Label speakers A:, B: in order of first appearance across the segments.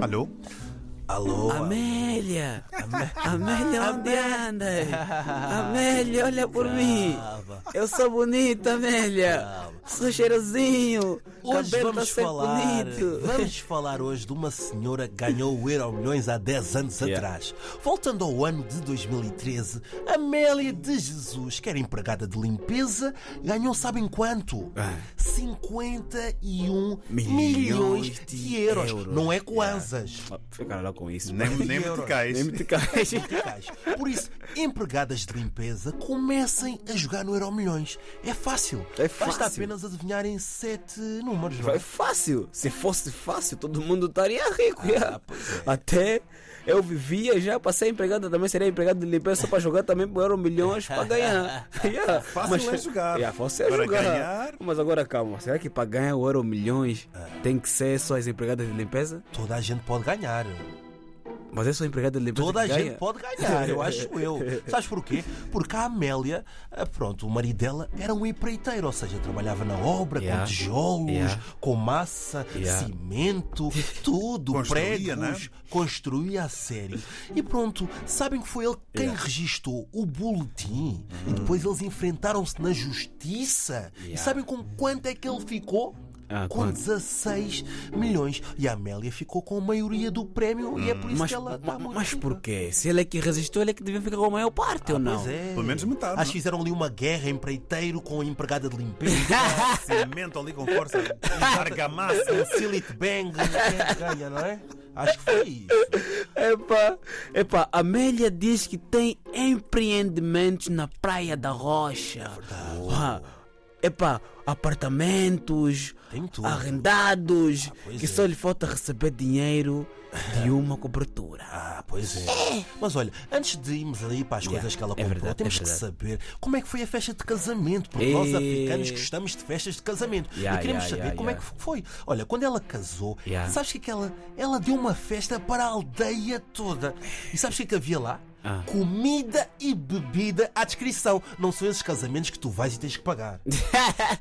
A: Alô? Alô?
B: Amélia! Amélia, onde andas? Amélia, olha por mim! Eu sou bonita, Amélia! Sou cheirosinho!
A: Hoje
B: cabelo
A: vamos
B: tá sempre
A: falar,
B: bonito!
A: vamos falar hoje de uma senhora que ganhou o Euro Milhões há 10 anos
B: Yeah.
A: atrás. Voltando ao ano de 2013, Amélia de Jesus, que era empregada de limpeza, ganhou sabem quanto?
B: Ah.
A: 51 milhões, de, euros. Não é coanzas.
B: Ficaram lá com isso.
C: Nem, nem
A: Euros.
C: meticais.
B: Nem me te cais.
A: Locais. Por isso, empregadas de limpeza comecem a jogar no Euro Milhões. É fácil.
B: É
A: Basta
B: fácil.
A: apenas adivinharem sete números. não é?
B: Vai fácil. Se fosse fácil, todo mundo estaria rico.
A: Ah,
B: já.
A: é.
B: Até eu vivia já para ser empregado também, seria empregado de limpeza só para jogar também por euro milhões para ganhar. Yeah.
C: Fácil é jogar.
B: Yeah, fácil é
C: Para
B: jogar.
C: ganhar-
B: Mas agora calma, será que para ganhar o euro milhões
A: Ah.
B: tem que ser só as empregadas de limpeza?
A: Toda a gente pode ganhar.
B: Mas eu sou empregado de limpeza.
A: Toda a
B: que
A: gente
B: ganha?
A: pode ganhar, eu acho eu. Sabes porquê? Porque a Amélia, ah, pronto, o marido dela era um empreiteiro, ou seja, trabalhava na obra,
B: Yeah.
A: com tijolos,
B: Yeah.
A: com massa,
B: Yeah.
A: cimento, tudo,
C: Construía,
A: pregos, construía a sério. E pronto, sabem que foi ele quem registou o boletim e depois eles enfrentaram-se na justiça. E
B: Yeah.
A: sabem com quanto é que ele ficou?
B: Ah,
A: com
B: quanto?
A: 16 milhões. E a Amélia ficou com a maioria do prémio e é por isso
B: Mas,
A: que ela está
B: ma-
A: muito
B: mas
A: rica.
B: porquê? Se ele é que resistiu, ele é que devia ficar com a maior parte ou não?
A: Pois é.
C: Pelo menos metade.
A: Acho que
C: não?
A: fizeram ali uma guerra empreiteiro com a empregada de limpeza,
C: Cimento ali com força. Argamassa.
A: um Silit Bang, quem é que ganha, não é? Acho que foi isso.
B: Epá, epá, Amélia diz que tem empreendimentos na Praia da Rocha. Uá, Epá, apartamentos
A: Tem tudo.
B: arrendados
A: pois
B: que
A: é.
B: só lhe falta receber dinheiro de uma cobertura.
A: Ah, pois é. Mas olha, antes de irmos ali para as coisas que ela
B: é
A: comprou,
B: verdade,
A: temos
B: é
A: que
B: verdade.
A: saber como é que foi a festa de casamento, porque
B: E-
A: nós africanos gostamos de festas de casamento
B: Yeah,
A: e queremos
B: yeah,
A: saber
B: yeah,
A: como é
B: yeah.
A: que foi. Olha, quando ela casou,
B: Yeah.
A: sabes o que é que ela, ela deu uma festa para a aldeia toda. E sabes o que é que havia lá?
B: Ah.
A: Comida e bebida à descrição. Não são esses casamentos que tu vais e tens que pagar.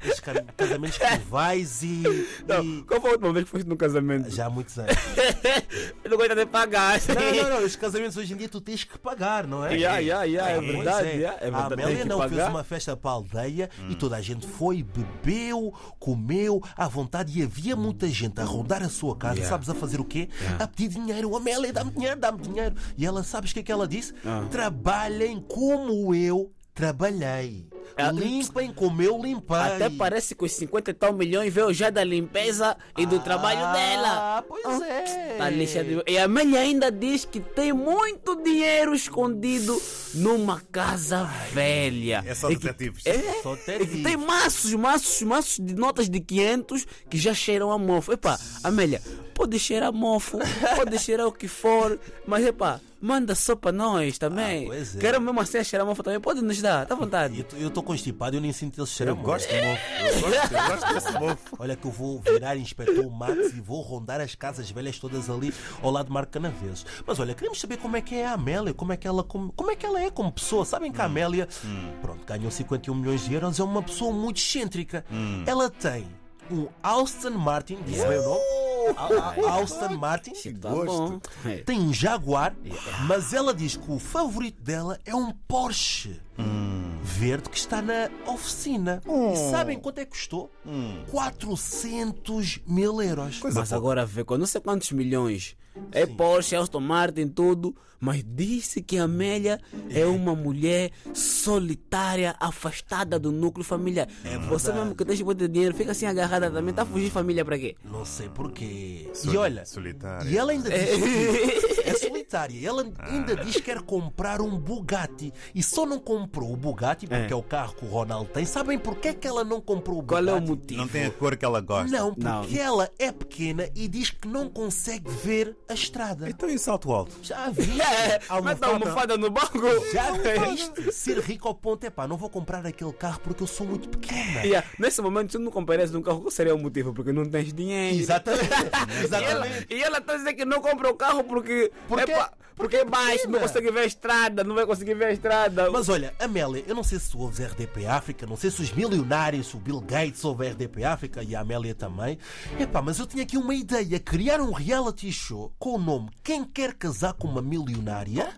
A: esses ca- casamentos que tu vais e. e-
B: qual foi a última vez que foste no casamento?
A: Já há muitos anos.
B: Eu não aguento nem pagar.
A: Não, não, não. Os casamentos hoje em dia tu tens que pagar, não é?
B: Yeah, yeah, yeah, é
A: Pois
B: verdade, yeah, é
A: a
B: verdade, tem
A: Amélia
B: que
A: não fez
B: pagar. Hum.
A: uma festa para a aldeia e toda a gente foi, bebeu, comeu à vontade e havia muita gente a rodar a sua casa,
B: Yeah.
A: sabes, a fazer o quê? A pedir dinheiro. "Oh, Amélia, dá-me dinheiro, dá-me dinheiro. E ela, sabes o que é que ela disse?
B: Ah.
A: Trabalhem como eu trabalhei.
B: Ah,
A: Limpem como eu limpei.
B: Até parece que os 50 e tal milhões veio já da limpeza e do trabalho dela.
A: Ah, pois é.
B: Tá lixado. E a Amélia ainda diz que tem muito dinheiro escondido numa casa velha.
C: É só
B: E que-
C: detetives.
B: É,
A: Só
B: é que
A: detetives.
B: tem maços, maços, maços de notas de 500 que já cheiram a mofo. Epá, Amélia, pode cheirar mofo, pode cheirar o que for, mas epá, manda só para nós também.
A: Ah, pois é.
B: Quero mesmo assim a cheirar mofo também, pode nos dar, tá à vontade.
A: Eu estou constipado, eu nem sinto esse cheiro.
C: Eu
A: amor.
C: gosto de mofo. Eu gosto, eu gosto desse mofo.
A: Olha que eu vou virar inspetor Max e vou rondar as casas velhas todas ali ao lado de Marco Canaveses. Mas olha, queremos saber como é que é a Amélia, como é que ela, como, como é, que ela é como pessoa. Sabem que a Amélia, pronto, ganhou 51 milhões de euros, é uma pessoa muito excêntrica. Ela tem um Austin Martin, disse bem o nome? A- a- Austin Martin.
B: Tá
C: gosto.
B: bom. É.
A: Tem um Jaguar, mas ela diz que o favorito dela é um Porsche
B: Hum.
A: verde que está na oficina. E sabem quanto é que custou?
B: Hum.
A: 400 mil euros.
C: Coisa
B: Mas agora vê, com não sei quantos milhões. É Porsche, Aston Martin, tudo. Mas disse que a Amélia é uma mulher solitária, afastada do núcleo familiar. Você mesmo que deixa muito dinheiro, fica assim agarrada também. Tá fugindo de família pra quê?
A: Não sei porquê.
C: Soli-
A: e olha,
C: solitária.
A: e ela ainda diz que é solitária. E Ela ainda diz que quer comprar um Bugatti. E só não comprou o Bugatti porque é, o carro que o Ronaldo tem. Sabem porquê que ela não comprou o Bugatti?
B: Qual é o motivo?
C: Não tem a cor que ela gosta.
A: tipo? Não, porque
B: Não.
A: ela é pequena e diz que não consegue ver a estrada.
C: Então e salto alto?
A: Já vi.
B: É, mete
A: Almofada.
B: a almofada no banco.
A: Já viste? Ser rico ao ponto é pá, não vou comprar aquele carro porque eu sou muito pequena.
B: Yeah, Nesse momento, tu não compareces num carro, qual seria o motivo? Porque não tens dinheiro.
A: Exatamente.
B: E ela,
A: Exatamente.
B: e ela tá dizendo que não compra o carro porque
A: Porque-
B: Epá, porque é baixo, não
A: Imagina.
B: consegue ver a estrada, não vai conseguir ver a estrada.
A: Mas olha, Amélia, eu não sei se tu ouves RDP África, não sei se os milionários, o Bill Gates ouve RDP África e a Amélia também. Epá, mas eu tinha aqui uma ideia: criar um reality show com o nome Quem Quer Casar com uma Milionária.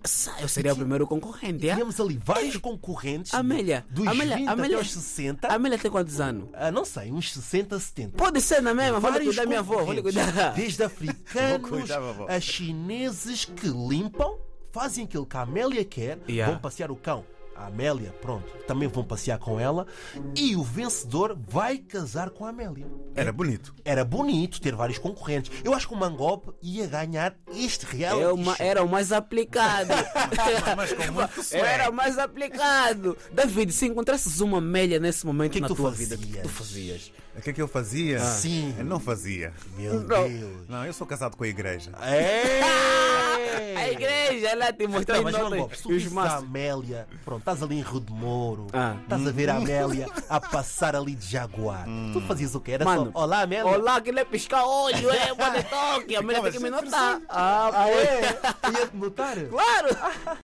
B: Sa- Eu seria o primeiro concorrente, é?
A: Tínhamos ali vários concorrentes.
B: Amélia,
A: Dos
B: Amélia,
A: 20
B: Amélia,
A: até aos 60.
B: Amélia tem quantos anos?
A: Ah, não sei, uns 60, 70.
B: Pode ser na mesma, vou lhe
A: Vários
B: cuidar minha avó, vou lhe
A: concorrentes,
B: cuidar.
A: Desde
C: Vou
A: africanos
C: cuidar, vovó.
A: a chineses que limpam, fazem aquilo que a Amélia quer,
B: Yeah.
A: vão passear o cão. A Amélia, pronto, também vão passear com ela e o vencedor vai casar com a Amélia.
C: Era bonito.
A: Era bonito ter vários concorrentes. Eu acho que o Mangope ia ganhar este reality
B: Eu ma-
A: show.
B: É era o mais aplicado.
C: Mas com muito
B: Eu era
C: swag.
B: o mais aplicado. David, se encontrasses uma Amélia nesse momento
A: que
B: na
A: tu
B: tua
A: fazias?
B: vida, o que tu fazias?
C: O que é que eu fazia?
A: Ah. Sim.
C: Eu não fazia.
A: Meu
B: é- Não.
A: Deus.
C: Não, eu sou casado com a igreja.
A: É.
B: A igreja lá te mostrou
A: Não, mas mano, Bob,
B: notas
A: se tu
B: e os
A: visses a
B: maços.
A: Amélia, pronto, estás ali em Rio de Moro,
B: Ah.
A: estás a ver a Amélia a passar ali de Jaguar. Tu fazias o quê? Era
B: Hum. Mano,
A: só, olá Amélia.
B: Olá, que ele é piscar olho, é bonetoque. A Amélia tem que me notar. Ah,
A: Ah, é? Ia-te notar?
B: Claro!